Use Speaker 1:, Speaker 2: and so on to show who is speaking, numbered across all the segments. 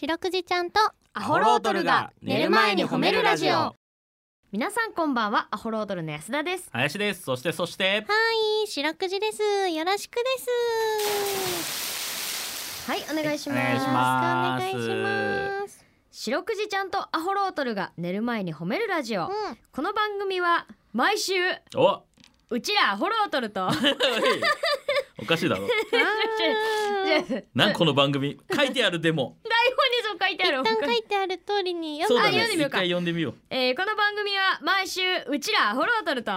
Speaker 1: 白くじちゃんと
Speaker 2: アホロートルが寝る前に褒めるラジオ
Speaker 3: 皆さんこんばんはアホロードルの安田です
Speaker 2: 林ですそしてそして
Speaker 1: はい白くじですよろしくです
Speaker 3: はいお願いします,、
Speaker 2: お願いします
Speaker 1: よろしくお願いします
Speaker 3: 白くじちゃんとアホロートルが寝る前に褒めるラジオ、
Speaker 1: うん
Speaker 3: この番組は毎週
Speaker 2: お
Speaker 3: うちらアホロートルと
Speaker 2: おかしいだろ
Speaker 3: 台本にそう
Speaker 2: なんこの番組書いてあるでも
Speaker 3: 書いてある
Speaker 1: 一旦書いてある通りに
Speaker 2: そう
Speaker 1: 読
Speaker 2: だ
Speaker 1: む
Speaker 2: ね
Speaker 3: 読んでみよ
Speaker 2: 一
Speaker 3: うか
Speaker 2: 回読んでみよう
Speaker 3: えーこの番組は毎週うちらアホロートルと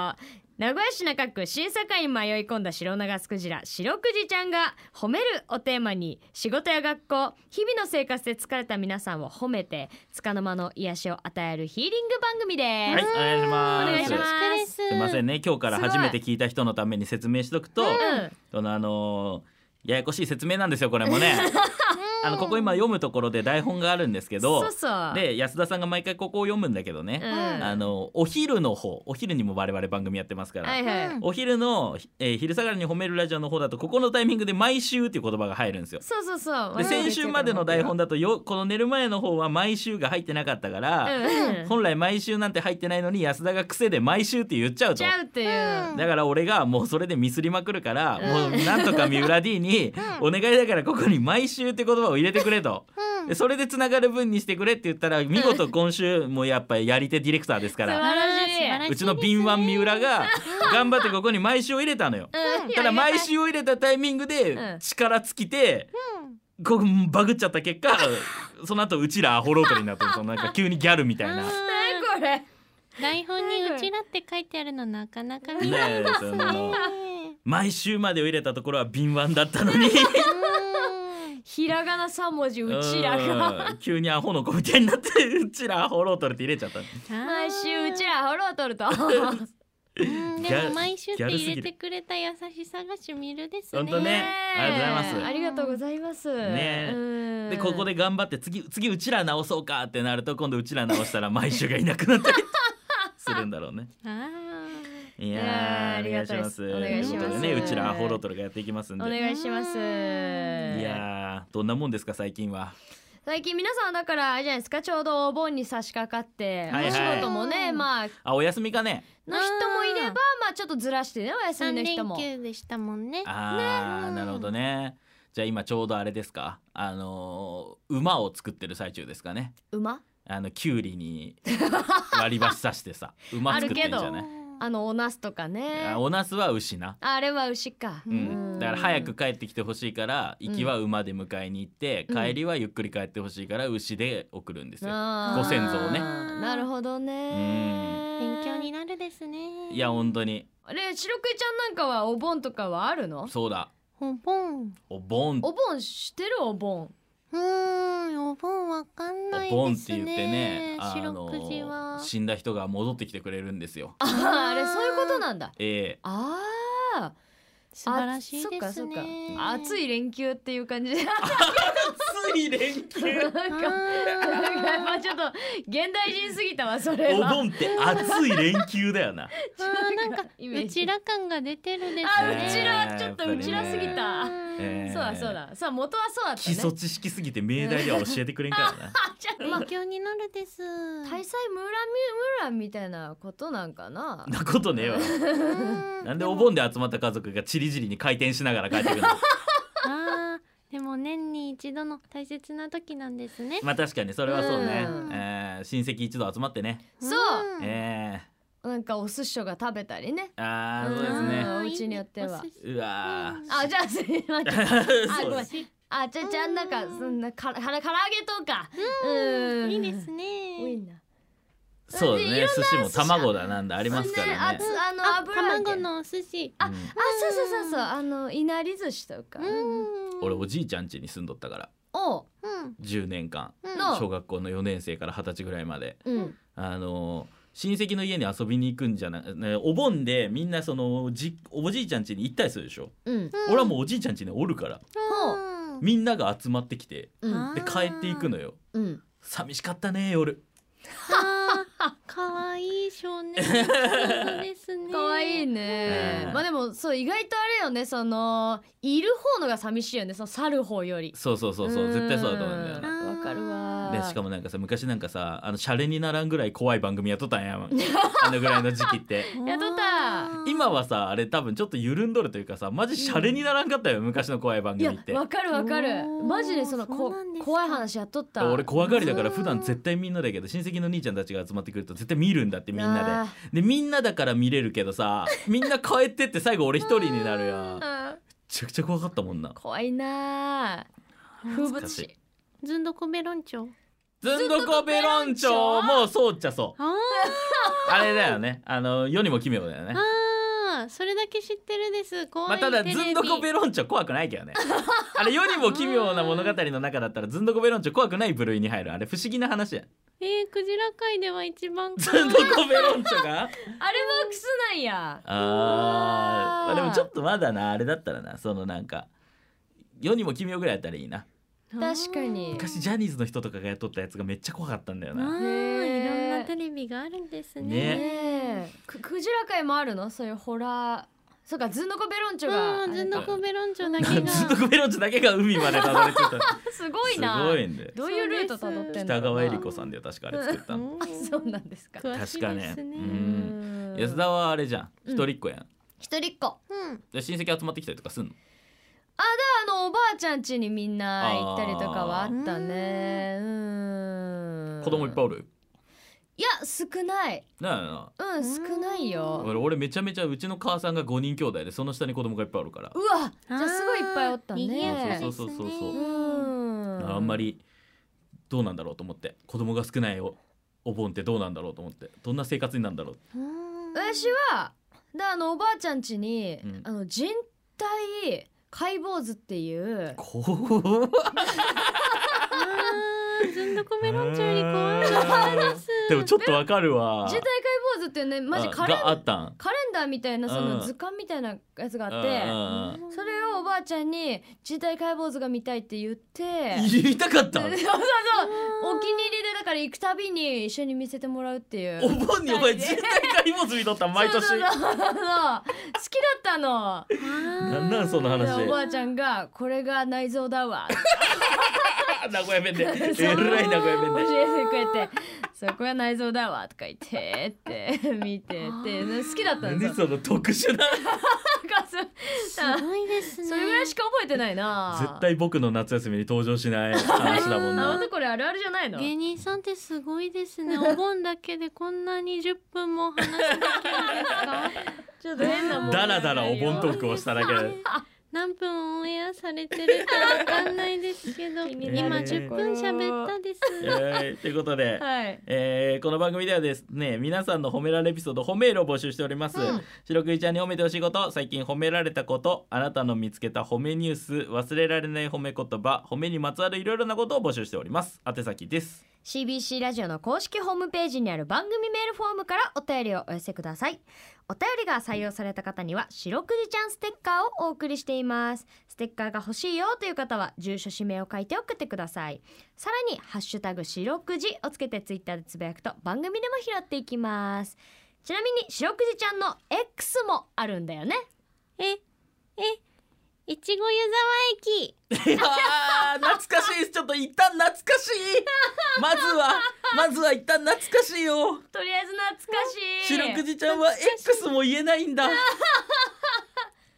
Speaker 3: 名古屋市中区審査会に迷い込んだ白長スクジラ白くじちゃんが「褒める」をテーマに仕事や学校日々の生活で疲れた皆さんを褒めて束の間の癒しを与えるヒーリング番組で
Speaker 2: はい
Speaker 3: す。
Speaker 2: お願いします
Speaker 3: お願いします
Speaker 2: すいませんね今日から初めて聞いた人のために説明しとくと
Speaker 3: うん
Speaker 2: このあのーややこしい説明なんですよこれもねあのここ今読むところで台本があるんですけど
Speaker 3: そうそう
Speaker 2: で安田さんが毎回ここを読むんだけど
Speaker 3: う
Speaker 2: ね、
Speaker 3: ん、
Speaker 2: あのお昼の方お昼にも我々番組やってますから、
Speaker 3: はいはい、
Speaker 1: うん
Speaker 2: お昼の、えー昼下がりに褒めるラジオの方だとここのタイミングで「毎週」っていう言葉が入るんですよ。
Speaker 3: そうそうそう
Speaker 2: で先週までの台本だとよこの寝る前の方は「毎週」が入ってなかったから、
Speaker 3: うん
Speaker 2: 本来「毎週」なんて入ってないのに安田が癖で「毎週」って言っちゃうと
Speaker 3: ち。ゃうっていう、
Speaker 1: うん
Speaker 2: だから俺がもうそれでミスりまくるから、も
Speaker 3: うん
Speaker 2: うなんとか三浦 D に「お願いだからここに「毎週」って言葉を入れてくれと。
Speaker 1: うん
Speaker 2: でそれでつながる分にしてくれって言ったら見事今週もやっぱりやり手ディレクターですか
Speaker 3: 素
Speaker 2: ら
Speaker 3: 晴らしい
Speaker 2: うんうちの敏腕三浦が頑張ってここに毎週を入れたのよ。
Speaker 3: う ん
Speaker 2: ただ毎週を入れたタイミング
Speaker 3: う
Speaker 2: で
Speaker 3: ん
Speaker 2: 力尽きて、ここバグっちゃった結 果その後うちらアホロートになってるそのなんか急にギャルみたいな。ね
Speaker 3: 何これ
Speaker 1: 台本にうちらって書いてあるのなかなか見ない
Speaker 2: えその
Speaker 1: ね
Speaker 2: 毎週までを入れたところは敏腕だったの に
Speaker 1: うん
Speaker 3: ひらがな三文字うちらが
Speaker 2: うん急にアホの子みたいになってうちらアホロートルって入れちゃった
Speaker 3: 毎週うちらアホロー トルと
Speaker 1: うんで
Speaker 2: ギャ
Speaker 1: も
Speaker 2: ル
Speaker 1: 毎週って
Speaker 2: ギャルすぎ
Speaker 1: 入
Speaker 2: る
Speaker 1: れてくれた優しさがしみるですね。
Speaker 2: ほんとねありがとうございます
Speaker 3: ねえありがとうございます。
Speaker 2: ねえ
Speaker 3: うん
Speaker 2: でここで頑張って次次うちら直そうかってなると今度うちら直したら毎週がいなくなったりするんだろうね。
Speaker 1: あ
Speaker 2: い
Speaker 3: いや
Speaker 2: やー
Speaker 3: ーありがたいです
Speaker 2: お願いします。ということでねうちらアホロトルがやっていきますん
Speaker 3: お
Speaker 2: で。
Speaker 3: 願いしま
Speaker 2: い
Speaker 3: す。
Speaker 2: やーどんなもんですか最近は。
Speaker 3: 最近皆さんだからあれじゃないですかちょうどお盆に差し掛かって、
Speaker 2: はいはい
Speaker 3: お仕事もねまあ
Speaker 2: あお休みかね。
Speaker 3: の人もいればまあちょっとずらしてねお
Speaker 1: ー
Speaker 3: 休み
Speaker 1: 三
Speaker 3: の
Speaker 1: 連
Speaker 3: 人も。
Speaker 1: 休でしたもんね。
Speaker 2: あーなるほどね。じゃあ今ちょうどあれですかあのー馬を作ってる最中ですかね。
Speaker 3: 馬
Speaker 2: あのキュウリに割り箸刺してさ馬作ってんじゃない。
Speaker 3: あのおナスとかね
Speaker 2: あ。おナスは牛な。
Speaker 3: あれは牛か。
Speaker 2: う
Speaker 3: うん
Speaker 2: ん、だから早く帰ってきてほしいから行きは馬で迎えに行って、
Speaker 3: うん
Speaker 2: 帰りはゆっくり帰ってほしいから牛で送るんですよ。
Speaker 3: あー
Speaker 2: ご先祖をね
Speaker 3: なるほどね。
Speaker 1: 勉強になるですね。
Speaker 2: いや本当に
Speaker 3: あれ白くいちゃんなんかはお盆とかはあるの？
Speaker 2: そうだ
Speaker 1: お盆。
Speaker 2: お盆
Speaker 3: お盆してるお盆。
Speaker 1: うーん、お盆わかんない
Speaker 2: お盆
Speaker 1: で
Speaker 2: っ
Speaker 1: す
Speaker 2: て言ってね
Speaker 1: ね。
Speaker 2: あ
Speaker 1: 四
Speaker 2: の
Speaker 1: 六時は。
Speaker 2: 死んだ人が戻ってきてくれるんですよ。
Speaker 3: あーあれそういうことなんだ。
Speaker 2: ええ
Speaker 3: ああ
Speaker 1: 素晴らしいです
Speaker 3: そっかそ
Speaker 1: ね
Speaker 3: っ。か暑い連休ってい う感じで
Speaker 2: つい連
Speaker 3: な
Speaker 2: 休
Speaker 3: んか
Speaker 1: あ
Speaker 3: なんかまあ
Speaker 1: ー。
Speaker 3: ちょっと現代人すぎたわそれ
Speaker 2: お
Speaker 3: は。
Speaker 2: 盆って暑い連休だよな。
Speaker 1: あーなんか
Speaker 3: イメー
Speaker 1: う
Speaker 3: ジ
Speaker 1: ちら感が出てるですね。
Speaker 3: あ
Speaker 2: ね
Speaker 3: うちらちょっとうちらすぎた。
Speaker 2: え
Speaker 3: そうだそうだ。さあ元はそうだったね。
Speaker 2: 基 礎知識すぎて命題では教えてくれんからな。
Speaker 3: あじゃあまあ
Speaker 1: 勉強になるです。
Speaker 3: 大祭ムーラミムーランみたいなことなんかな。
Speaker 2: なことねえわ。
Speaker 1: うん
Speaker 2: なんでお盆で集まった家族がちりじりに回転しながら帰って くるの。
Speaker 1: あーでも年に一度の大切な時なんですね。
Speaker 2: まあ確かにそれはそうね、
Speaker 3: うん
Speaker 2: えー親戚一同集まってね、
Speaker 3: そう
Speaker 1: うん
Speaker 2: え
Speaker 3: なんかお寿司が食べたりね。
Speaker 2: ー、あーそうです
Speaker 3: ん
Speaker 2: ね
Speaker 3: あーうちによっては
Speaker 1: お寿司
Speaker 2: うわ
Speaker 1: うん
Speaker 3: あじゃあすいません。
Speaker 2: ー
Speaker 3: あ
Speaker 2: そう
Speaker 3: ごめ
Speaker 2: で
Speaker 3: ん
Speaker 2: す。
Speaker 3: あじゃあじゃあなんかそんなからから唐揚げとか。う
Speaker 1: いいですね。
Speaker 3: 多いな。
Speaker 2: そうだ
Speaker 3: い
Speaker 2: ね
Speaker 3: ろんな
Speaker 2: 寿司も卵だなんだありますからね
Speaker 3: ねあの
Speaker 1: あ
Speaker 3: 油揚げ
Speaker 1: 卵のお寿司。
Speaker 2: うん
Speaker 3: あそうそうそうそうあのいなり寿司とか。
Speaker 1: うん。
Speaker 2: 俺おじいちゃん家に住んどったから
Speaker 3: を
Speaker 1: うん。
Speaker 2: 10年間
Speaker 1: うん
Speaker 3: の
Speaker 2: 小学校の4年生から20歳ぐらいまで
Speaker 3: うん
Speaker 2: あのー親戚の家に遊びに行くんじゃなねお盆でみんなそのじおじいちゃん家に行ったりするでしょ、
Speaker 3: うん
Speaker 2: 俺はもうおじいちゃん家におるから
Speaker 1: うん。
Speaker 2: みんなが集まってきて
Speaker 3: うん
Speaker 2: で帰っていくのよ
Speaker 3: うん。
Speaker 2: 寂しかったね夜
Speaker 1: あー可愛い少年。そうですね。
Speaker 3: 可愛い
Speaker 2: え
Speaker 3: ね
Speaker 2: ー。
Speaker 3: まあでもそう意外とあれよねそのいる方のが寂しいよねその去る方より。
Speaker 2: そうそうそうそう絶対そうだと思うんだよな
Speaker 1: あー
Speaker 3: わかるわ
Speaker 2: でしかもなんかさ昔なんかさあのシャレにならんぐらい怖い番組やっとったんやあのぐらいの時期って
Speaker 3: やっとった
Speaker 2: 今はさあれ多分ちょっと緩んどるというかさマジシャレにならんかったよ、昔の怖い番
Speaker 3: い
Speaker 2: 組
Speaker 3: や
Speaker 2: って
Speaker 3: わかるわかる
Speaker 1: おー
Speaker 3: マジでそのこ
Speaker 1: そうなんですか
Speaker 3: 怖い話やっとった
Speaker 2: 俺怖がりだから普段絶対みんなだけど親戚の兄ちゃんたちが集まってくると絶対見るんだってみんな
Speaker 3: あ
Speaker 2: ででみんなだから見れるけどさみんな帰ってって最後俺一人になるよめ
Speaker 3: ー
Speaker 2: ちゃくちゃ怖かったもんな
Speaker 3: 怖いなー風
Speaker 2: 懐か
Speaker 3: 物
Speaker 2: しい
Speaker 3: 詩
Speaker 1: ずんどこベロンチョ
Speaker 2: ずんどこペロンチョもうそうっちゃそう
Speaker 1: あ
Speaker 2: あれだよねあの世にも奇妙だよね
Speaker 1: ーあーそれだけ知ってるです怖い
Speaker 2: まあ、ただ
Speaker 1: テレ
Speaker 2: ず
Speaker 1: ビ
Speaker 2: んどこベロンチョ怖くないけどねあれ世にも奇妙な物語の中だったらずんどこベロンチョ怖くない部類に入るあれ不思議な話や
Speaker 1: えー、クジラ界では一番
Speaker 2: ず
Speaker 1: 怖い
Speaker 2: んどこベロンチョが
Speaker 3: あれもクスなんや
Speaker 2: あー、まあ、
Speaker 3: うわー
Speaker 2: でもちょっとまだなあれだったらなそのなんか世にも奇妙ぐらいだったらいいな
Speaker 3: 確かに
Speaker 2: 昔ジャニーズの人とかがやっとったやつがめっちゃ怖かったんだよ
Speaker 1: あー
Speaker 2: な
Speaker 1: あーいろん
Speaker 3: へ
Speaker 1: な
Speaker 3: ー
Speaker 1: テレビがあるんです
Speaker 2: ね
Speaker 1: ね
Speaker 3: ねえくクジラ界もあるのそういうホラーそうかずんのこベロンチョが
Speaker 1: うんずんどこベロンチョだけが
Speaker 2: ずんどこベロンチョだけが海までたど り着いた
Speaker 3: すごいな
Speaker 2: すごいんで
Speaker 3: どういうルート辿ってんだ
Speaker 2: 北
Speaker 3: ろう
Speaker 2: 川
Speaker 3: な
Speaker 2: 恵理子さんだよ確かあれ作ったの
Speaker 1: うん
Speaker 3: あ そうなんですか
Speaker 1: 詳しいで
Speaker 2: 確か
Speaker 1: す
Speaker 2: ね
Speaker 1: ね
Speaker 2: う
Speaker 3: うんん
Speaker 2: 安田はあれじゃん
Speaker 3: うん
Speaker 2: 一人っ子やん、
Speaker 3: 一人っ子
Speaker 1: うん
Speaker 2: で親戚集まってきたりとかすんの
Speaker 3: あのおばあちゃん家にみんな行ったりとかはあったねうん
Speaker 2: 子供いっぱいおる
Speaker 3: いや少ない
Speaker 2: なあなあ
Speaker 3: うん
Speaker 1: うん
Speaker 3: 少ないよ
Speaker 2: 俺俺めちゃめちゃうちの母さんが5人兄弟でその下に子供がいっぱいあるから
Speaker 3: うわじゃあすごいいっぱいおった
Speaker 1: あー賑や
Speaker 2: ね
Speaker 1: かですね
Speaker 2: そうそうそうそう
Speaker 3: うん
Speaker 2: あんまりどうなんだろうと思って子供が少ないおお盆ってどうなんだろうと思ってどんな生活になるんだろう
Speaker 1: うん
Speaker 3: 私はだあのおばあちゃん家に、
Speaker 2: うん
Speaker 3: あの人体解剖図っていう
Speaker 2: こ
Speaker 1: あーずんどこ
Speaker 2: う
Speaker 1: メロンチョより怖いです
Speaker 2: でもちょっとわかるわ
Speaker 3: 人体解剖図っていうねマジ
Speaker 2: あ
Speaker 3: カレン
Speaker 2: があったん
Speaker 3: カレンダーみたいなその
Speaker 2: うん
Speaker 3: 図鑑みたいなやつがあっ
Speaker 2: うん
Speaker 3: て
Speaker 2: うんうん
Speaker 3: それをおばあちゃんに人体解剖図が見たいって言って
Speaker 2: 言いたかった
Speaker 3: そうそうそう お気に入りでだから行くたびに一緒に見せてもらうっていう
Speaker 2: お盆にお前人体解剖図見とったん毎年
Speaker 3: そうそう そうそう好きだったの
Speaker 2: な
Speaker 1: なん
Speaker 2: なんその
Speaker 3: で
Speaker 2: 話
Speaker 3: おばあちゃんがこれが内臓だわ
Speaker 2: あ名古屋弁で
Speaker 3: そう
Speaker 2: えらい名古屋弁
Speaker 3: 教え
Speaker 2: で
Speaker 3: てくれて「そこが内臓だわ」とか言ってって見てて好きだったんで
Speaker 2: 何
Speaker 3: すよ。
Speaker 2: その特殊な
Speaker 3: なんかそう
Speaker 1: すごいですね
Speaker 3: それぐらいしか覚えてないな。
Speaker 2: 絶対僕の夏休みに登場しない話だもん
Speaker 3: あ
Speaker 2: な
Speaker 3: のこれあるあるじゃないの。
Speaker 1: 芸人さんってすごいですねお盆だけでこんなに10分も話できるんですか
Speaker 3: ちょっと変なもん。
Speaker 2: だらだらお盆 トークをしただけで
Speaker 1: 何分オンエアされてるかわかんないですけ ど
Speaker 3: 気
Speaker 1: 今
Speaker 3: に
Speaker 2: なる
Speaker 1: 10分喋ったです
Speaker 2: えーということで、
Speaker 3: はい。
Speaker 2: えーこの番組ではですね皆さんの褒められエピソード褒めールを募集しております、
Speaker 3: うん
Speaker 2: 白くじちゃんに褒めてほしいこと最近褒められたことあなたの見つけた褒めニュース忘れられない褒め言葉褒めにまつわるいろいろなことを募集しております宛先です
Speaker 3: CBC ラジオの公式ホームページにある番組メールフォームからお便りをお寄せくださいお便りが採用された方には「白くじちゃんステッカー」をお送りしていますステッカーが欲しいよという方は住所氏名を書いて送ってくださいさらに「ハッシュタグ白くじ」をつけてツイッターでつぶやくと番組でも拾っていきますちなみに白くじちゃんの X もあるんだよね
Speaker 1: ええいちご湯沢駅
Speaker 2: あー懐かしいですちょっと一旦懐かしいまずはまずは一旦懐かしいよ
Speaker 3: とりあえず懐かしい
Speaker 2: 白くじちゃんは X も言えないんだ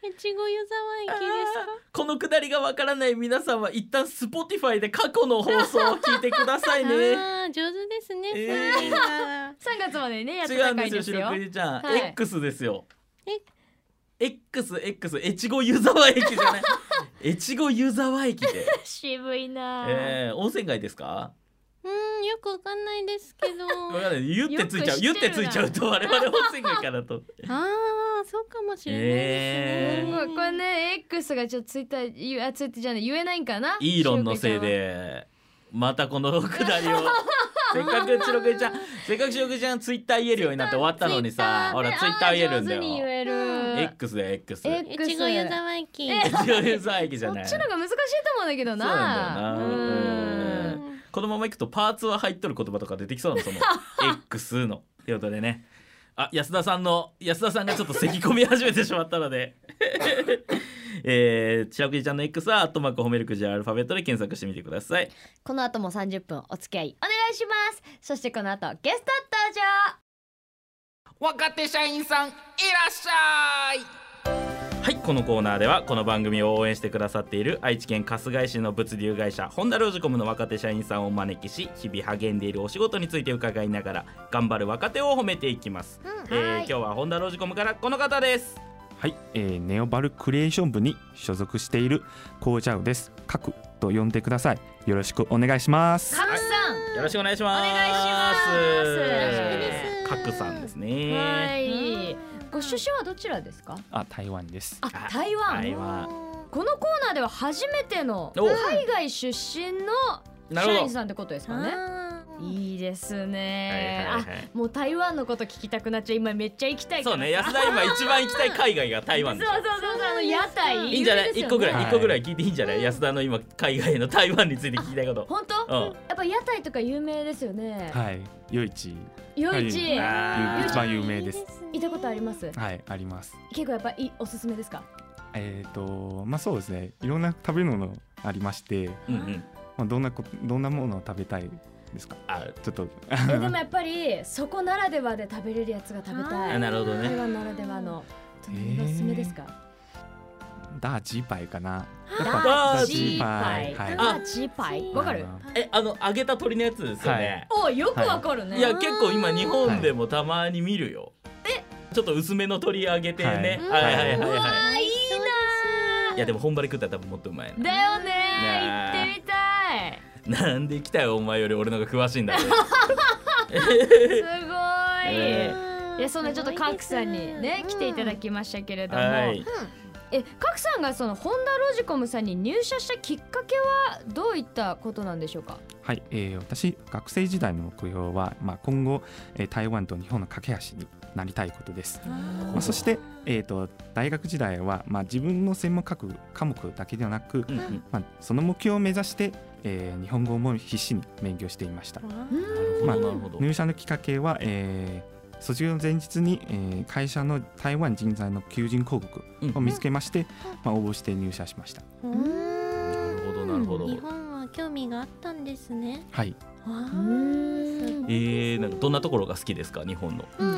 Speaker 1: いちご湯沢駅ですか
Speaker 2: このくだりがわからない皆さんは一旦 Spotify で過去の放送を聞いてくださいね
Speaker 1: あー上手ですね、
Speaker 2: えー
Speaker 1: そういうのが
Speaker 3: 3月までねやって
Speaker 2: 違
Speaker 3: た
Speaker 2: うん
Speaker 3: 回
Speaker 2: で
Speaker 3: ですす
Speaker 2: よ
Speaker 3: よ
Speaker 2: 白くじちゃん、
Speaker 3: はい
Speaker 2: X ですよ
Speaker 1: え
Speaker 2: XX 越後湯沢駅じゃない 越後湯沢駅で、
Speaker 3: 渋いなあ
Speaker 2: えー、温泉街ですか
Speaker 1: うんよくわかんないですけ ど
Speaker 2: わかんない湯ってついちゃう湯
Speaker 3: よ
Speaker 2: っ
Speaker 3: く知って
Speaker 2: て
Speaker 3: る
Speaker 2: つい
Speaker 3: な
Speaker 2: ちゃうと我々温泉街からと
Speaker 1: ああそうかもしれないで
Speaker 2: え
Speaker 1: す
Speaker 2: ー
Speaker 1: ね、
Speaker 3: もうこれね X がちょっとツイッター言うあツイッターじゃない言えないんかな
Speaker 2: イーロンのせいでまたこのくだり をせっかく白くじちゃんせっかく白くじちゃんツイッター言えるようになって終わったのにさほらツイッター言えるんだ
Speaker 3: 上手に言
Speaker 2: よ
Speaker 3: える
Speaker 2: X だよ X
Speaker 3: え
Speaker 1: いちご湯沢駅
Speaker 3: え
Speaker 2: 越後湯沢駅じ
Speaker 3: そ
Speaker 2: ゃ
Speaker 3: っ
Speaker 2: ない
Speaker 3: ちのが難しいと思うんだけどな
Speaker 2: そうなんだよな
Speaker 3: うん
Speaker 2: このままいくとパーツは入っとる言葉とか出てきそうなの その X のってことでねあ安田さんの安田さんがちょっと咳き込み始めてしまったので えー、白くじちゃんの X は「アットマーク褒めるくじ」アルファベットで検索してみてください
Speaker 3: この後も30分お付き合いお願いしますそしてこの後ゲスト登場
Speaker 4: 若手社員さんいらっしゃい
Speaker 2: はいこのコーナーではこの番組を応援してくださっている愛知県春日井市の物流会社ホンダロジコムの若手社員さんをお招きし日々励んでいるお仕事について伺いながら頑張る若手を褒めていきます、えー今日はホンダロジコムからこの方です
Speaker 5: はい、えーネオバルクリエーション部に所属しているコージャウです。カクと呼んでください。よろしくお願いします。
Speaker 3: カムさん
Speaker 2: よろしくお願いします
Speaker 3: お願いしますよろしく
Speaker 1: です
Speaker 2: カクさんですね
Speaker 3: はいご出身はどちらですか
Speaker 5: あ、台湾です。
Speaker 3: あ
Speaker 2: あ
Speaker 3: 台湾
Speaker 2: 台湾
Speaker 3: このコーナーでは初めての
Speaker 2: お
Speaker 3: 海外出身の
Speaker 2: なるほ
Speaker 3: 社員
Speaker 2: ど
Speaker 3: さんってことですかね
Speaker 1: あー
Speaker 3: いいですね、
Speaker 2: はいはいはい
Speaker 3: あもう台湾のこと聞きたくなっちゃう今めっちゃ行きたい
Speaker 2: そ
Speaker 3: から
Speaker 2: うね安田今一番行きたい海外が台湾
Speaker 3: そ
Speaker 2: で
Speaker 3: う
Speaker 2: しょ
Speaker 3: そうそうそうあの屋台
Speaker 2: いいんじゃない
Speaker 3: 有名ですよね
Speaker 2: 一個ぐら
Speaker 5: はいい
Speaker 2: 一個ぐらい聞いていいんじゃない安田の今海外の台湾について聞きたいこと
Speaker 3: 本当、
Speaker 2: うん
Speaker 3: やっぱ屋台とか有名ですよね、
Speaker 5: はい、夜市
Speaker 3: 夜市、
Speaker 5: はい
Speaker 2: あー
Speaker 5: 一番有名です。
Speaker 3: 行ったことあります
Speaker 5: はいあります。
Speaker 3: 結構やっぱいおすすめで すか
Speaker 5: えっ、とまあそうですね。いろんな食べ物ありまして、
Speaker 2: うんうん
Speaker 5: まあどんなこどんなものを食べたいですか。
Speaker 2: あ
Speaker 5: ちょっと
Speaker 3: えでもやっぱりそこならではで食べれるやつが食べた
Speaker 2: あ
Speaker 3: い
Speaker 2: なるほど
Speaker 3: 台
Speaker 2: ね
Speaker 3: 湾ならではの何がおすすめですか、
Speaker 5: ダーチーパイかな。
Speaker 2: ダー
Speaker 5: チーパイ
Speaker 3: ダ
Speaker 5: はい
Speaker 3: ーチーパイわかる
Speaker 5: あの
Speaker 2: えあの揚げた鳥のやつですよね
Speaker 3: およくわかるね、
Speaker 2: いや結構今日本でもたまに見るよちょっと薄めの鳥揚げてね
Speaker 1: は
Speaker 2: はいいはいはいは
Speaker 3: あいい
Speaker 2: いいやでも本場で食ったら多分もっとうまい
Speaker 3: なだよね行ってみたい
Speaker 2: ななんで来たよお前より俺の方が詳しいんだね
Speaker 3: すごい、
Speaker 2: え
Speaker 3: いやそんなちょっとカクさんにね来ていただ
Speaker 1: き
Speaker 3: きましたけれども、
Speaker 2: はい
Speaker 3: えカクさんがそのホンダロジコムさんに入社したきっかけはどういったことなんでしょうか
Speaker 5: はい、えー私学生時代の目標はまあ今後、えー台湾と日本の架け橋になりたいことです。まあ、そして、えー、と大学時代は、まあ、自分の専門科目科目だけではなく、
Speaker 2: うんうん
Speaker 5: まあ、その目標を目指して、えー日本語も必死に勉強していました
Speaker 2: な
Speaker 5: まあ
Speaker 2: るほどなるほど
Speaker 5: 入社のきっかけは、えー卒業前日に、えー会社の台湾人材の求人広告を見つけまして、まあ、応募して入社しました、
Speaker 2: なるほどなるほど
Speaker 1: 日本は興味があったんですね
Speaker 5: はい、
Speaker 1: わ
Speaker 3: う
Speaker 1: ー
Speaker 3: ん
Speaker 2: えー、なんかどんなところが好きですか日本の
Speaker 1: うん
Speaker 5: や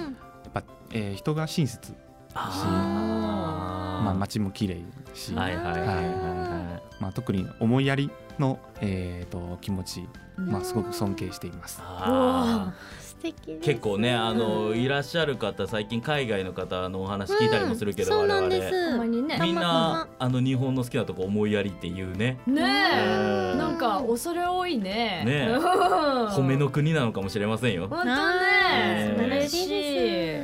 Speaker 5: っぱ、えー人が親切、
Speaker 2: あー
Speaker 5: まあ、街も綺麗だし、
Speaker 2: はいはいはいはいは
Speaker 5: まあ、特に思いやりの、えー、と気持ち、まあ、すごく尊敬しています
Speaker 2: い。あー
Speaker 1: 素敵です
Speaker 2: 結構ねあのいらっしゃる方最近海外の方のお話聞いたりもするけど、
Speaker 1: うん
Speaker 2: 我
Speaker 1: そうなん
Speaker 2: 々
Speaker 1: です
Speaker 3: たまにね
Speaker 2: みん
Speaker 1: たま
Speaker 2: なあの日本の好きなとこ思いやりっていうねえ
Speaker 3: ねえ
Speaker 2: ー
Speaker 3: なんか恐れ多いね
Speaker 2: ねえ
Speaker 3: うん
Speaker 2: 米の国なのかもしれませんよ。
Speaker 3: 本当
Speaker 2: ね
Speaker 3: ね
Speaker 2: え
Speaker 3: 嬉
Speaker 1: 嬉し
Speaker 3: しい
Speaker 1: い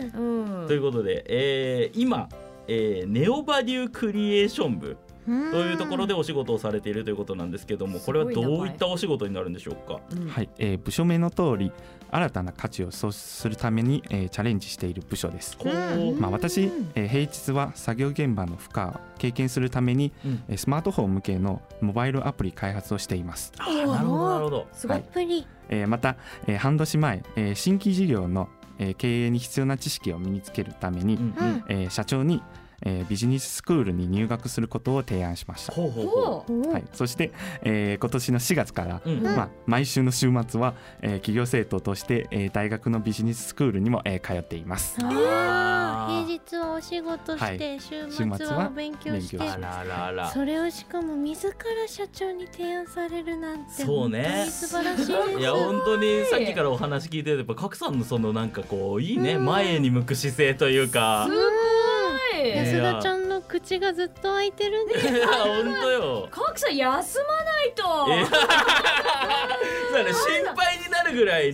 Speaker 1: です
Speaker 3: うん
Speaker 2: ということで、えー今、えーネオバリュークリエーション部
Speaker 1: うん
Speaker 2: というところでお仕事をされているということなんですけどもこれはどういったお仕事になるんでしょうか
Speaker 3: うん
Speaker 5: はい、えー部署名の通り新たな価値を創出するために、えーチャレンジしている部署です。
Speaker 2: ほう
Speaker 5: まあ、私、えー平日は作業現場の負荷を経験するために、
Speaker 2: うん
Speaker 5: えースマートフォン向けのモバイルアプリ開発をしています、
Speaker 2: あーなるほどなるほど
Speaker 3: すごい、
Speaker 5: はい
Speaker 1: プリ
Speaker 5: えーまた、えー半年前、えー新規事業の、えー経営に必要な知識を身につけるために、
Speaker 2: うんう
Speaker 1: うんん
Speaker 5: えー社長に、えービジネススクールに入学することを提案しました、
Speaker 2: ほうほうほ
Speaker 3: おう
Speaker 5: はい、そして、えー今年の4月から、
Speaker 2: ううん
Speaker 5: まあ、毎週の週末は、えー企業生徒として、えー大学のビジネススクールにも、えー通っています
Speaker 1: あ
Speaker 2: あ
Speaker 1: ー
Speaker 2: ー
Speaker 1: 平日はお仕事して、週
Speaker 5: 週
Speaker 1: 末
Speaker 5: 末
Speaker 1: は
Speaker 5: は
Speaker 1: お勉強して
Speaker 5: 勉強
Speaker 2: あららら
Speaker 1: それをしかも自ら社長に提案されるなんて
Speaker 2: そうね
Speaker 1: 本当に素晴らしいです
Speaker 2: いや本当にさっきからお話聞いててやっぱ賀来さんのそのなんかこういいね、
Speaker 1: うん
Speaker 2: 前に向く姿勢というか
Speaker 3: すごい
Speaker 2: ね
Speaker 1: 安田ちゃんの口がずっと開いてるん
Speaker 2: い
Speaker 1: で
Speaker 2: や 本当よ
Speaker 3: カクさん休まないと、
Speaker 2: いや そうだね心配になるぐらいね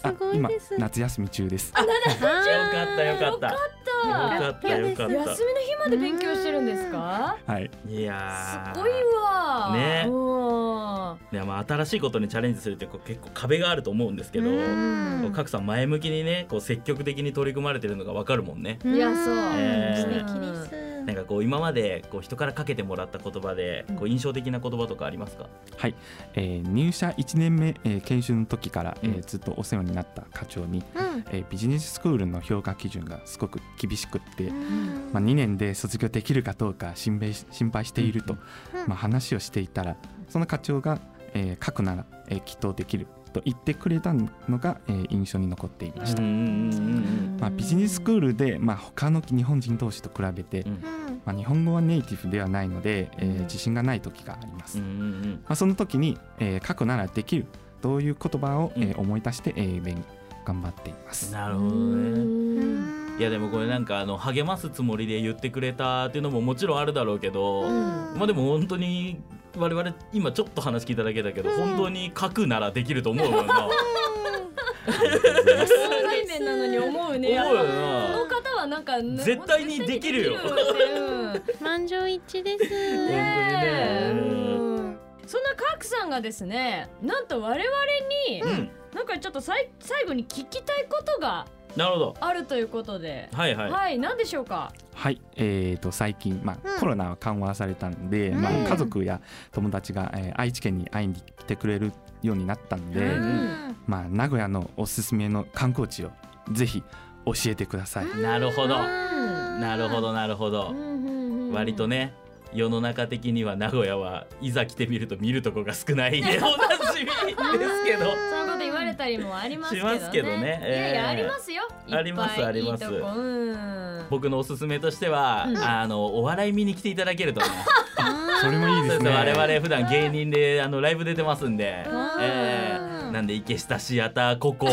Speaker 1: す
Speaker 5: あ
Speaker 1: ごい
Speaker 5: 今
Speaker 1: です
Speaker 5: 夏休み中です
Speaker 2: よかったよかったよ
Speaker 3: よ
Speaker 2: かったよか
Speaker 1: よ
Speaker 2: った
Speaker 3: 休みの日まで勉強してるんですか
Speaker 5: はい
Speaker 2: いやー
Speaker 3: すごいわ
Speaker 2: ね
Speaker 3: う
Speaker 2: い
Speaker 3: ん
Speaker 2: やまあ新しいことにチャレンジするってこう結構壁があると思うんですけど
Speaker 1: うん
Speaker 2: 賀来さん前向きにねこう積極的に取り組まれてるのがわかるもんね
Speaker 3: いやそう
Speaker 1: うん
Speaker 2: ね
Speaker 1: 素敵です
Speaker 2: なんかこう今までこう人からかけてもらった言葉でこう印象的な言葉とかありますか、
Speaker 5: えー入社1年目、えー研修の時から、えー
Speaker 2: うん
Speaker 5: ずっとお世話になった課長に、
Speaker 1: うん
Speaker 5: えービジネススクールの評価基準がすごく厳しくって、
Speaker 1: うん
Speaker 5: まあ、2年で卒業できるかどうか心配し心配していると、
Speaker 1: うん
Speaker 5: まあ、話をしていたらその課長が、えー書くなら、えーきっとできると言ってくれたのが、えー印象に残っていました。
Speaker 2: うんうんうんうん
Speaker 5: まあ、ビジネススクールで、まあ、他の日本人同士と比べて、
Speaker 2: うん
Speaker 1: うん
Speaker 5: まあ、日本語はネイティブではないので、え
Speaker 3: うん
Speaker 5: ー自信がない時があります、
Speaker 2: うんう
Speaker 5: ま
Speaker 2: んうん
Speaker 5: あ、その時に、えー書くならできるという言葉を、えー
Speaker 2: うん
Speaker 5: 思い出して、えー勉頑張っています
Speaker 2: な
Speaker 3: な
Speaker 2: るほどね。
Speaker 1: うん
Speaker 2: いやでもこれなんかあの励ますつもりで言ってくれたっていうのももちろんあるだろうけど、
Speaker 1: うん
Speaker 2: まあでも本当に我々今ちょっと話聞いただけだけど、
Speaker 1: うん
Speaker 2: 本当に書くならできると 思うもんな。
Speaker 3: 対面なのに思うねやっ
Speaker 2: 思うよ
Speaker 3: ぱこ
Speaker 2: な
Speaker 3: の方はなんかね
Speaker 2: 絶対にできるよ
Speaker 3: 絶対にできるよねうん
Speaker 1: 満場一致です。
Speaker 3: ねえ
Speaker 2: 本当にね
Speaker 3: うんそんなカークさんがですねなんと我々に
Speaker 2: うん、
Speaker 3: なんかちょっとさい最後に聞きたいことが
Speaker 2: なるほど。
Speaker 3: あるということで
Speaker 2: はいはい。
Speaker 3: はい何でしょうか
Speaker 5: はい、えー、と最近、まあ
Speaker 1: うん
Speaker 5: コロナは緩和されたんで、
Speaker 1: うん
Speaker 5: まあ、家族や友達が、えー愛知県に会いに来てくれるようになったんで、
Speaker 2: うん
Speaker 1: うん
Speaker 5: まあ、名古屋のおすすめの観光地をぜひ教えてください、
Speaker 2: なるほど。
Speaker 1: うん
Speaker 2: なるほどなるほど。割とね世の中的には名古屋はいざ来てみると見るとこが少ない でおなじみですけど。
Speaker 3: そういうこと言われたりもありますけどね
Speaker 2: しますけどねええ
Speaker 3: いやいやありますよいっぱい
Speaker 2: ありますあります
Speaker 3: いいとこうん
Speaker 2: 僕のおすすめとしては、
Speaker 3: うん
Speaker 2: あのお笑い見に来ていただけ るとね、
Speaker 5: それもいいで
Speaker 2: そうで
Speaker 5: す
Speaker 2: す
Speaker 5: ね
Speaker 2: ね我々普段芸人であのライブ出てますんで、
Speaker 3: うん
Speaker 2: えーなんで池下シアターここ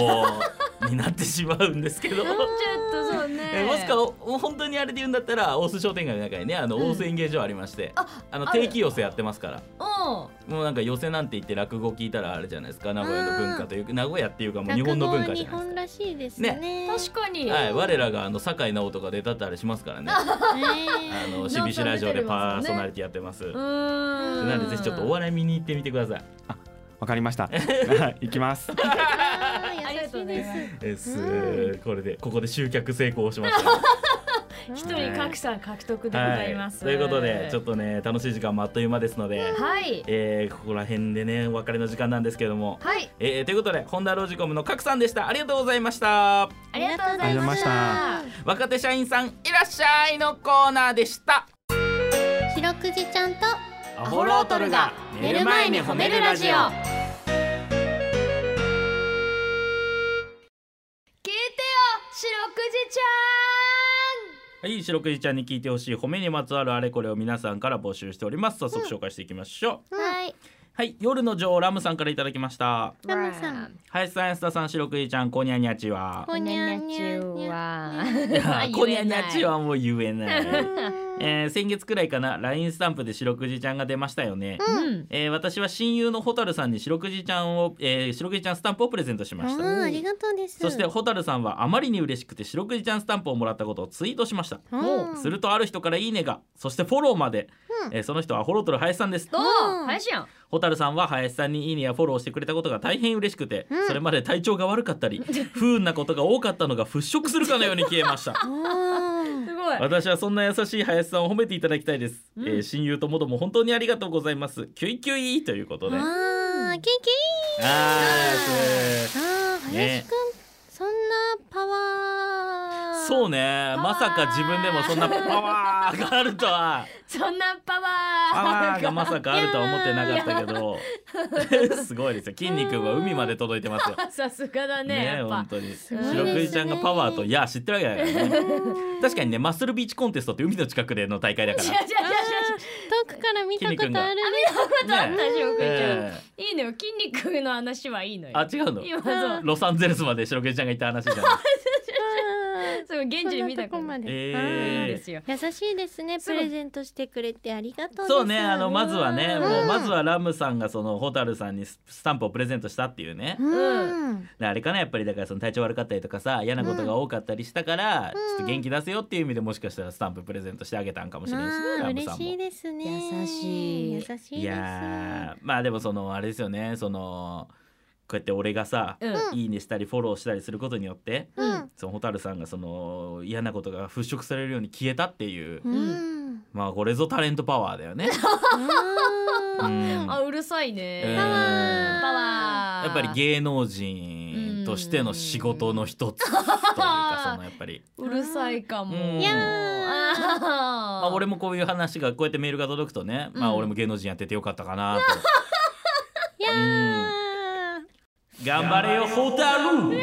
Speaker 2: になってしまうんですけど。
Speaker 3: ちょっとそう
Speaker 2: えー
Speaker 3: ね
Speaker 2: もしかもう本当にあれで言うんだったら大須商店街の中にねあの
Speaker 3: うん
Speaker 2: 大須演芸場ありまして、あの
Speaker 3: ある
Speaker 2: 定期寄せやってますから
Speaker 3: うん
Speaker 2: もうなんか寄せなんて言って落語聞いたらあれじゃないですか名古屋の文化というか名古屋っていうかもう日本の文化じゃ
Speaker 1: 落語は日
Speaker 2: な
Speaker 1: 本
Speaker 2: いで
Speaker 1: らしいですね。
Speaker 3: 確か
Speaker 2: す
Speaker 3: に
Speaker 2: か。はい、我らがあの酒井直人が出たってあれしますからね。あ
Speaker 1: ね
Speaker 2: の CBC ラジオでパーソナリティやってます。
Speaker 3: う
Speaker 2: なんんでぜひちょっとお笑い見に行ってみてください。
Speaker 5: わかりました はい行きます
Speaker 1: え
Speaker 3: ありがとうございます
Speaker 2: えーす
Speaker 1: う
Speaker 2: これでここで集客成功しました。
Speaker 3: 一人格差獲得でございます、
Speaker 2: ということでちょっとね楽しい時間もあっという間ですので、
Speaker 3: はい
Speaker 2: えーここら辺でねお別れの時間なんですけれども、
Speaker 3: はい
Speaker 2: えーということでホンダロジコムの角さんでした。ありがとうございました。
Speaker 3: ありがとうございまし
Speaker 5: あ
Speaker 3: た
Speaker 2: 若手社員さんいらっしゃいのコーナーでした。
Speaker 1: 白くじちゃんと
Speaker 2: ア
Speaker 4: ホロートルが
Speaker 1: 寝る前に褒めるラジオ
Speaker 3: 聞いてよ白くじちゃ
Speaker 2: はい、白くじちゃんに聞いてほしい褒めにまつわるあれこれを皆さんから募集しております。早速紹介していきましょう。
Speaker 1: はい
Speaker 2: はい、夜の女王ラムさんからいただきました。
Speaker 1: ラ
Speaker 3: ん
Speaker 1: ムさん
Speaker 2: 林さん、安田さん、白くじちゃん、こにゃにゃちは。
Speaker 1: こにゃんにゃんにゃん
Speaker 2: いやこにゃにゃち
Speaker 3: は
Speaker 2: はもう言えない。 えー先月くらいかな、LINE スタンプで白くじちゃんが出ましたよね。
Speaker 3: うん
Speaker 2: えー私は親友のホタルさんに白くじちゃんを、えー、白くじちゃんスタンプをプレゼントしました。
Speaker 1: あありがとうです
Speaker 2: そしてホタルさんはあまりに嬉しくて白くじちゃんスタンプをもらったことをツイートしました。
Speaker 1: うん
Speaker 2: するとある人からいいねが、そしてフォローまで、
Speaker 1: うん
Speaker 2: えーその人はホロトル林さんです。
Speaker 3: どう
Speaker 1: うん
Speaker 3: 林やん
Speaker 2: ホタルさんは林さんにいいねやフォローしてくれたことが大変嬉しくて、
Speaker 1: うん
Speaker 2: それまで体調が悪かった り不運なことが多かったのが払拭するかのように消えました
Speaker 1: おー
Speaker 3: すごい
Speaker 2: 私はそんな優しい林さんを褒めていただきたいです、
Speaker 3: うん
Speaker 2: えー親友ともども本当にありがとうございますキュイキュイということであ
Speaker 1: あーキンキ
Speaker 2: ーす
Speaker 1: ンあー林くんそんなパワー
Speaker 2: そうね
Speaker 3: パワー
Speaker 2: まさか自分でもそんなパワーがあるとは
Speaker 3: そんなパ
Speaker 2: パ
Speaker 3: ワ
Speaker 2: ワ
Speaker 3: ー
Speaker 2: ーがまさかあるとは思ってなかったけど すごいですよ筋肉が海まで届いてますよ
Speaker 3: さすがだね
Speaker 2: ね
Speaker 3: やっ
Speaker 2: 本
Speaker 3: ぱ
Speaker 2: 当に
Speaker 3: ごいですね
Speaker 2: 白クジちゃんがパワーといや知ってるわけだから ね確かにねマッスルビーチコンテストって海の近くでの大会だか
Speaker 3: じゃ
Speaker 2: ら
Speaker 3: じゃじゃ
Speaker 1: 遠くから見たことあるね
Speaker 3: じゃだった
Speaker 2: ね
Speaker 3: 白くじちゃん
Speaker 2: え
Speaker 3: いいのよ筋肉の話はいいの
Speaker 2: え
Speaker 3: よ
Speaker 2: あ違うの
Speaker 3: 今そう
Speaker 2: ロサンゼルスまで白クジちゃんが行った話 じゃない
Speaker 3: すごい現地で見
Speaker 1: そんな
Speaker 3: た
Speaker 1: とこ
Speaker 3: ま
Speaker 1: ま
Speaker 3: で
Speaker 1: で、
Speaker 2: え
Speaker 3: いい
Speaker 2: え
Speaker 3: ですよ
Speaker 1: 優しいですね
Speaker 3: そ
Speaker 1: プ
Speaker 3: う
Speaker 1: レゼントしてくれてありがとうです
Speaker 2: そうねあのまずはね
Speaker 3: うん
Speaker 2: もうまずはラムさんがそのホタルさんにススタンプをプレゼントしたっていうね
Speaker 1: うん
Speaker 2: であれかなやっぱりだからその体調悪かったりとかさ嫌なことが多かったりしたからちょっと元気出せよっていう意味でもしかしたらスタンププレゼントしてあげたんかもしれないしね
Speaker 1: あ
Speaker 2: ラ
Speaker 1: ー
Speaker 2: ムさ
Speaker 1: 嬉し
Speaker 2: んも
Speaker 1: い。ですね
Speaker 3: 優しい
Speaker 1: 優しいです
Speaker 2: いやーまあでもそのあれですよねそのこうやって俺がさ、
Speaker 3: うん
Speaker 2: いいねしたりフォローしたりすることによって
Speaker 1: うん
Speaker 2: その蛍さんがその嫌なことが払拭されるように消えたっていう
Speaker 1: うんん
Speaker 2: まあこれぞタレントパワーだよね。う
Speaker 1: あー
Speaker 2: ん
Speaker 3: あうるさいね、
Speaker 2: うん
Speaker 3: パワー
Speaker 2: やっぱり芸能人としての仕事の一つというか
Speaker 3: うん
Speaker 2: そのやっぱり、
Speaker 3: うるさいかも
Speaker 2: うん
Speaker 1: いやー
Speaker 2: まあ、俺
Speaker 3: も
Speaker 2: もこういう話がこうやってメールが届くとね、まあ
Speaker 3: うん
Speaker 2: 俺も芸能人やっててよかったかな
Speaker 1: やー
Speaker 2: と頑張れよホタル
Speaker 1: お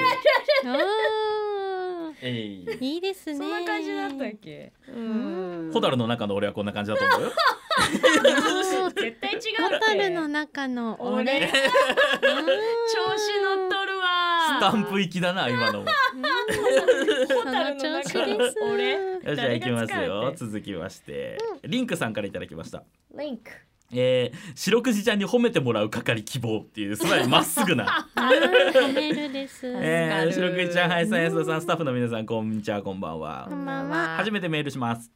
Speaker 1: ー
Speaker 2: えい
Speaker 1: いいですね
Speaker 3: そんな感じだったっけうん
Speaker 2: ホタルの中の俺はこんな感じだと 思うよ
Speaker 3: 絶対違うって
Speaker 1: ホタルの中の俺
Speaker 3: 俺調子乗っとるわ
Speaker 2: スタンプ行きだな今のも
Speaker 1: ホ
Speaker 3: ホタルの中
Speaker 1: その調
Speaker 3: の
Speaker 1: 子です
Speaker 3: 俺
Speaker 2: よしじゃあ行きますよ
Speaker 3: 誰が使う
Speaker 2: 続きまして、リンクさんからいただきました
Speaker 3: リンク
Speaker 2: えー、白くじちゃんに褒めてもらう係希望っていうすごいまっすぐ な
Speaker 1: あー褒めるです、
Speaker 2: え
Speaker 3: 助か
Speaker 2: ー、白
Speaker 3: る
Speaker 2: くじちゃん、はいさん、安田さん、スタッフの皆さん、こんにちは、こんばんは
Speaker 1: こ。んばんは
Speaker 2: 初めてメールします。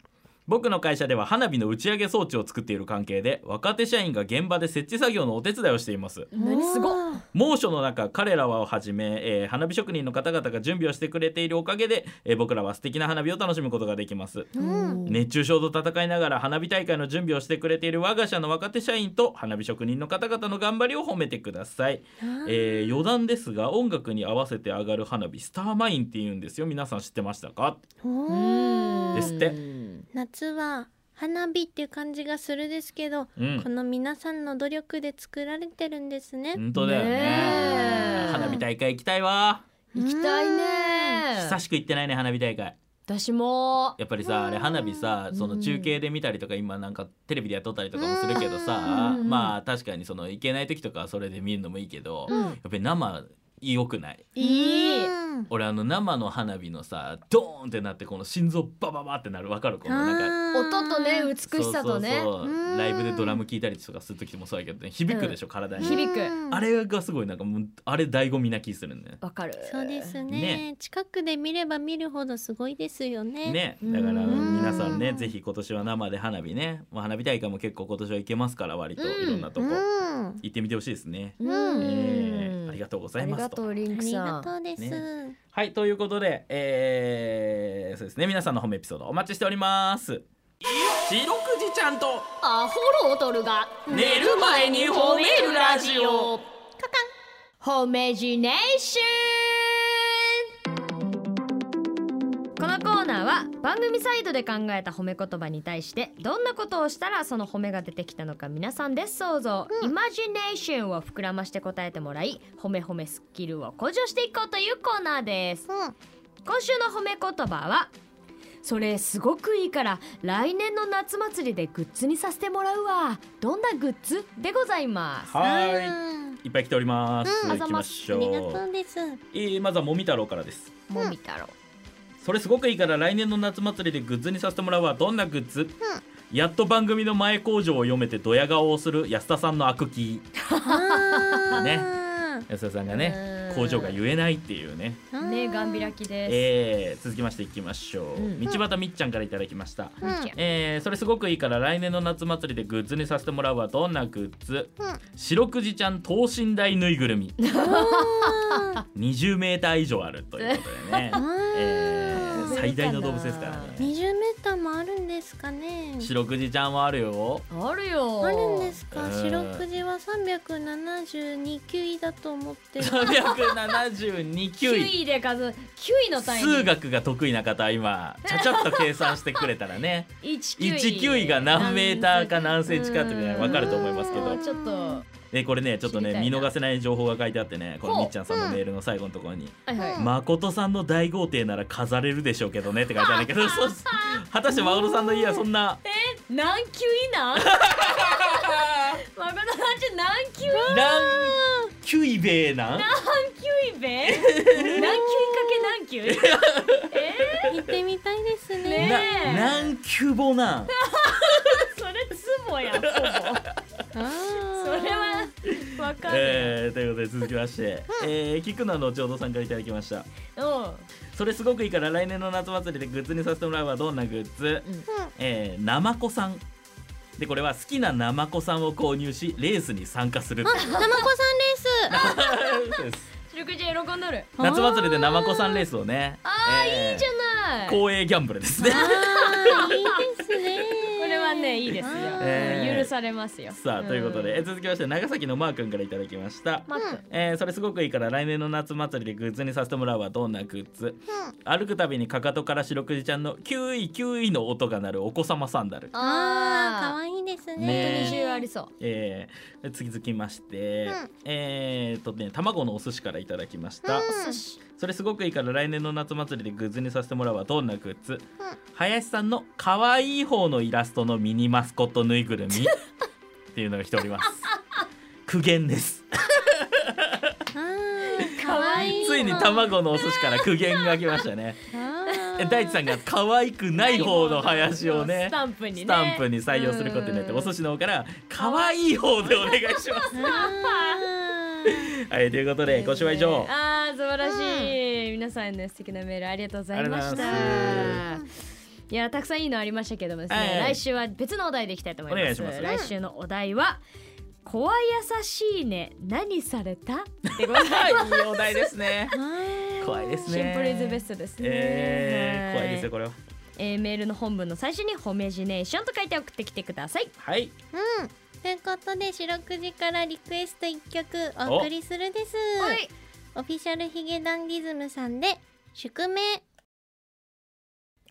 Speaker 2: 僕の会社では花火の打ち上げ装置を作っている関係で若手社員が現場で設置作業のお手伝いをしています
Speaker 3: 何すごっ
Speaker 1: おー
Speaker 2: 猛暑の中彼らはをはじめ、えー花火職人の方々が準備をしてくれているおかげで、えー僕らは素敵な花火を楽しむことができます
Speaker 1: うん
Speaker 2: 熱中症と戦いながら花火大会の準備をしてくれている我が社の若手社員と花火職人の方々の頑張りを褒めてください
Speaker 1: あー
Speaker 2: えー余談ですが音楽に合わせて上がる花火スターマインって言うんですよ皆さん知ってましたか
Speaker 1: お
Speaker 3: うん
Speaker 1: ー
Speaker 2: ですって
Speaker 1: 夏は花火っていう感じがするですけど、
Speaker 2: うん
Speaker 1: この皆さんの努力で作られてるんですね、
Speaker 2: 本当だよね
Speaker 3: ねえ
Speaker 2: 花火大会行きたいわ
Speaker 3: 行きたいね
Speaker 2: 久しく行ってないね花火大会
Speaker 3: 私も
Speaker 2: やっぱりさあれ花火さその中継で見たりとか今なんかテレビでやっとったりとかもするけどさ
Speaker 3: うん
Speaker 2: まあ確かにその行けない時とかはそれで見るのもいいけどや
Speaker 3: うん
Speaker 2: っぱり生良くない
Speaker 3: いい
Speaker 1: うん
Speaker 2: 俺あの生の花火のさドーンってなってこの心臓バババってなるわかるこのなんか
Speaker 3: 音とね美しさとね
Speaker 2: そうそうそう
Speaker 1: うん
Speaker 2: ライブでドラム聴いたりとかする時もそうやけどね響くでしょ、体
Speaker 1: あー
Speaker 2: に、
Speaker 3: 響く
Speaker 1: うん
Speaker 2: あれがすごいなんかもうあれ醍醐味な気するね
Speaker 3: わかる
Speaker 1: そうですね
Speaker 2: ね
Speaker 1: 近くで見れば見るほどすごいですよね
Speaker 2: ねだから
Speaker 1: うん
Speaker 2: 皆さんねぜひ今年は生で花火ね、まあ、花火大会も結構今年は行けますから割と
Speaker 3: うん
Speaker 2: いろんなと
Speaker 1: う
Speaker 2: こ
Speaker 1: んあ
Speaker 2: 行ってみてほしいですね、
Speaker 3: うん
Speaker 2: えーありがとうござ
Speaker 3: あ
Speaker 2: い
Speaker 3: り
Speaker 2: ま
Speaker 3: が
Speaker 2: す
Speaker 3: と
Speaker 2: と
Speaker 3: うリンク
Speaker 1: り
Speaker 3: さ
Speaker 1: が
Speaker 3: ん
Speaker 1: とうです、
Speaker 2: はいということで、えー、そうですね皆さんのホームエピソードお待ちしております白くじちゃんと
Speaker 3: アホロトルが
Speaker 2: 寝る前に褒めるラジオ
Speaker 3: ホメジネーションこのコーナーは番組サイドで考えた褒め言葉に対してどんなことをしたらその褒めが出てきたのか皆さんで想像、イマジネーションを膨らまして答えてもらい褒め褒めスキルを向上していこうというコーナーです
Speaker 1: うん
Speaker 3: 今週の褒め言葉はそれすごくいいから来年の夏祭りでグッズにさせてもらうわどんなグッズでございます
Speaker 2: は
Speaker 1: うん
Speaker 2: いいっぱい来ております、
Speaker 1: うん
Speaker 2: 行きまし
Speaker 1: あ
Speaker 2: ょ
Speaker 1: りが
Speaker 2: う
Speaker 1: とうです
Speaker 2: えーまずはもみ太郎からです
Speaker 3: もみ太郎
Speaker 2: それすごくいいから来年の夏祭りでグッズにさせてもらうわどんなグッズ、やっと番組の前工場を読めてドヤ顔をする安田さんの悪気
Speaker 1: あー
Speaker 2: ね安田さんがね
Speaker 3: うん
Speaker 2: 工場が言えないっていうね、
Speaker 1: うん
Speaker 3: ねガン開きで
Speaker 2: えー続きましていきましょう、
Speaker 3: うん
Speaker 2: 道端みっちゃんからいただきました、
Speaker 1: うん
Speaker 2: えーそれすごくいいから来年の夏祭りでグッズにさせてもらうわどんなグッズ、
Speaker 1: うん
Speaker 2: 白くじちゃん等身大ぬいぐるみ
Speaker 1: おー、
Speaker 2: 20メーター以上あるということでね
Speaker 1: うん
Speaker 2: えー最大の動物ですからね
Speaker 1: 二十メーターもあるんですかね。
Speaker 2: 白くじちゃんはあるよ
Speaker 3: すあるよ
Speaker 1: あるんですか。
Speaker 2: うん
Speaker 1: 白くじは三百七十二球威だと思ってる。
Speaker 2: 372
Speaker 3: 9
Speaker 2: 9位
Speaker 3: 位で数9位の単位
Speaker 2: 数学が得意な方は今ちゃちゃっと計算してくれたらね
Speaker 3: 1
Speaker 2: 19位が何メーターか何センチかってね分かると思いますけ
Speaker 1: う
Speaker 2: ど
Speaker 1: ん
Speaker 3: ちょっとは
Speaker 2: でこれねちょっと
Speaker 3: 知
Speaker 2: ね
Speaker 3: りたい
Speaker 2: 見
Speaker 3: な
Speaker 2: 逃せない情報が書いてあってねこの
Speaker 3: ほう
Speaker 2: みっちゃんさんのメールの最後のところに
Speaker 3: い
Speaker 1: う
Speaker 3: は
Speaker 1: ん
Speaker 2: 「
Speaker 3: い
Speaker 2: 誠さんの大豪邸なら飾れるでしょうけどね」って書いてあるんだけどそう果たして誠さんの家はそんな
Speaker 3: 何級位 なん誠さんち何級位
Speaker 2: 何9位米なん
Speaker 3: 何級位べ何 級位かけ何級
Speaker 1: 行ってみたいですね。
Speaker 2: な
Speaker 3: ねえ
Speaker 2: 何級ぼなん
Speaker 3: それツボやほぼ
Speaker 1: あー
Speaker 3: それはわかる、
Speaker 2: えー、ということで続きまして、えー、菊野のちょうどさんからいただきました
Speaker 3: うん
Speaker 2: それすごくいいから来年の夏祭りでグッズにさせてもらうはどんなグッズ、
Speaker 3: うん
Speaker 2: えー、ナマコさんでこれは好きなナマコさんを購入しレースに参加するっていう
Speaker 1: なまこさんレース。
Speaker 2: そうです
Speaker 3: 白くじ喜んどる
Speaker 2: 夏祭りでナマコさんレースをね
Speaker 3: あー、
Speaker 2: えー
Speaker 3: いいじゃないこ
Speaker 2: 公営ギャンブルですね
Speaker 1: あーいいですね。
Speaker 3: れはねいいですよ、
Speaker 2: えー
Speaker 3: 許されます よ
Speaker 2: さあということで、え続きまして長崎のマー君からいただきました、
Speaker 3: マック
Speaker 2: えーそれすごくいいから来年の夏祭りでグッズにさせてもらうわどんなグッズ、歩くたびにかかとから白くじちゃんのキューイキューイの音が鳴るお子様サンダル、
Speaker 1: あー可
Speaker 3: い
Speaker 1: 愛いです
Speaker 2: ね
Speaker 1: ね
Speaker 3: 二重ありそう
Speaker 2: えー、続きまして、えーっとね卵のお寿司からいただきました、
Speaker 3: 寿司
Speaker 2: それすごくいいから来年の夏祭りでグッズにさせてもらうわどんなグッズ、林さんの可愛い方のイラストのミニマスコットぬいぐるみっていうのが来ております 苦言です
Speaker 1: 可愛い
Speaker 2: ついに卵のお寿司から苦言が来ましたねえ大地さんが可愛くない方の林をね
Speaker 3: スタンプにね
Speaker 2: スタンプに採用することになってお寿
Speaker 3: 司
Speaker 2: 司の方から可愛い方でお願いしますはいということでご視聴は以上
Speaker 3: あー素晴らしい、皆さんへの素敵なメールありがとうございました
Speaker 2: ありがとうござい
Speaker 3: いやたくさんいいのありましたけどもですね、
Speaker 2: はい
Speaker 3: 来週は別のお題でいきたいと思います
Speaker 2: お願いします
Speaker 3: 来週のお題は「怖優しいね何された?」ってございます
Speaker 2: はいいいお題ですね怖いですね
Speaker 3: シンプルイズベストですね、
Speaker 2: えー、
Speaker 3: は
Speaker 2: 怖いですよこれは
Speaker 3: えーメールの本文の最初に「ホメジネーション」と書いて送ってきてください
Speaker 2: はい
Speaker 1: ということで白くじからリクエスト一曲お送りするです
Speaker 3: はい
Speaker 1: オフィシャルヒゲダンディズムさんで宿命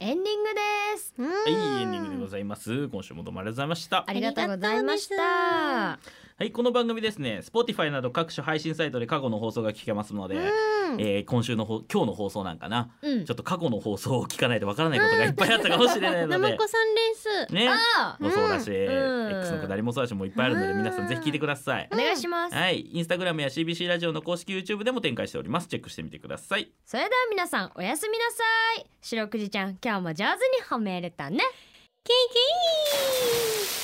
Speaker 3: エンディングです
Speaker 1: うん
Speaker 2: はい、エンディングでございます。今週もどうもありがとうございました
Speaker 3: あ。りがとうございまし
Speaker 1: あ
Speaker 3: た
Speaker 2: はい、この番組ですね、Spotify など各種配信サイトで過去の放送が聞けますので、
Speaker 1: うん
Speaker 2: えー今週のほ今日の放送なんかな、
Speaker 3: うん
Speaker 2: ちょっと過去の放送を聞かないとわからないことがいっぱいあったかもしれない の
Speaker 1: 生
Speaker 2: で
Speaker 1: 子、さんです
Speaker 2: ね、
Speaker 3: あー
Speaker 2: もそうだし、
Speaker 3: ん
Speaker 2: X のくだりもそうだし、もういっぱいあるので、
Speaker 1: うん
Speaker 2: 皆さんぜひ聞いてください
Speaker 3: お。願いします、
Speaker 2: はい、インスタグラムや CBC ラジオの公式 YouTube でも展開しております。チェックしてみてください。
Speaker 3: それでは皆さんおやすみなさい白くじちゃん今日も上手に褒めれたね
Speaker 1: ケイケイ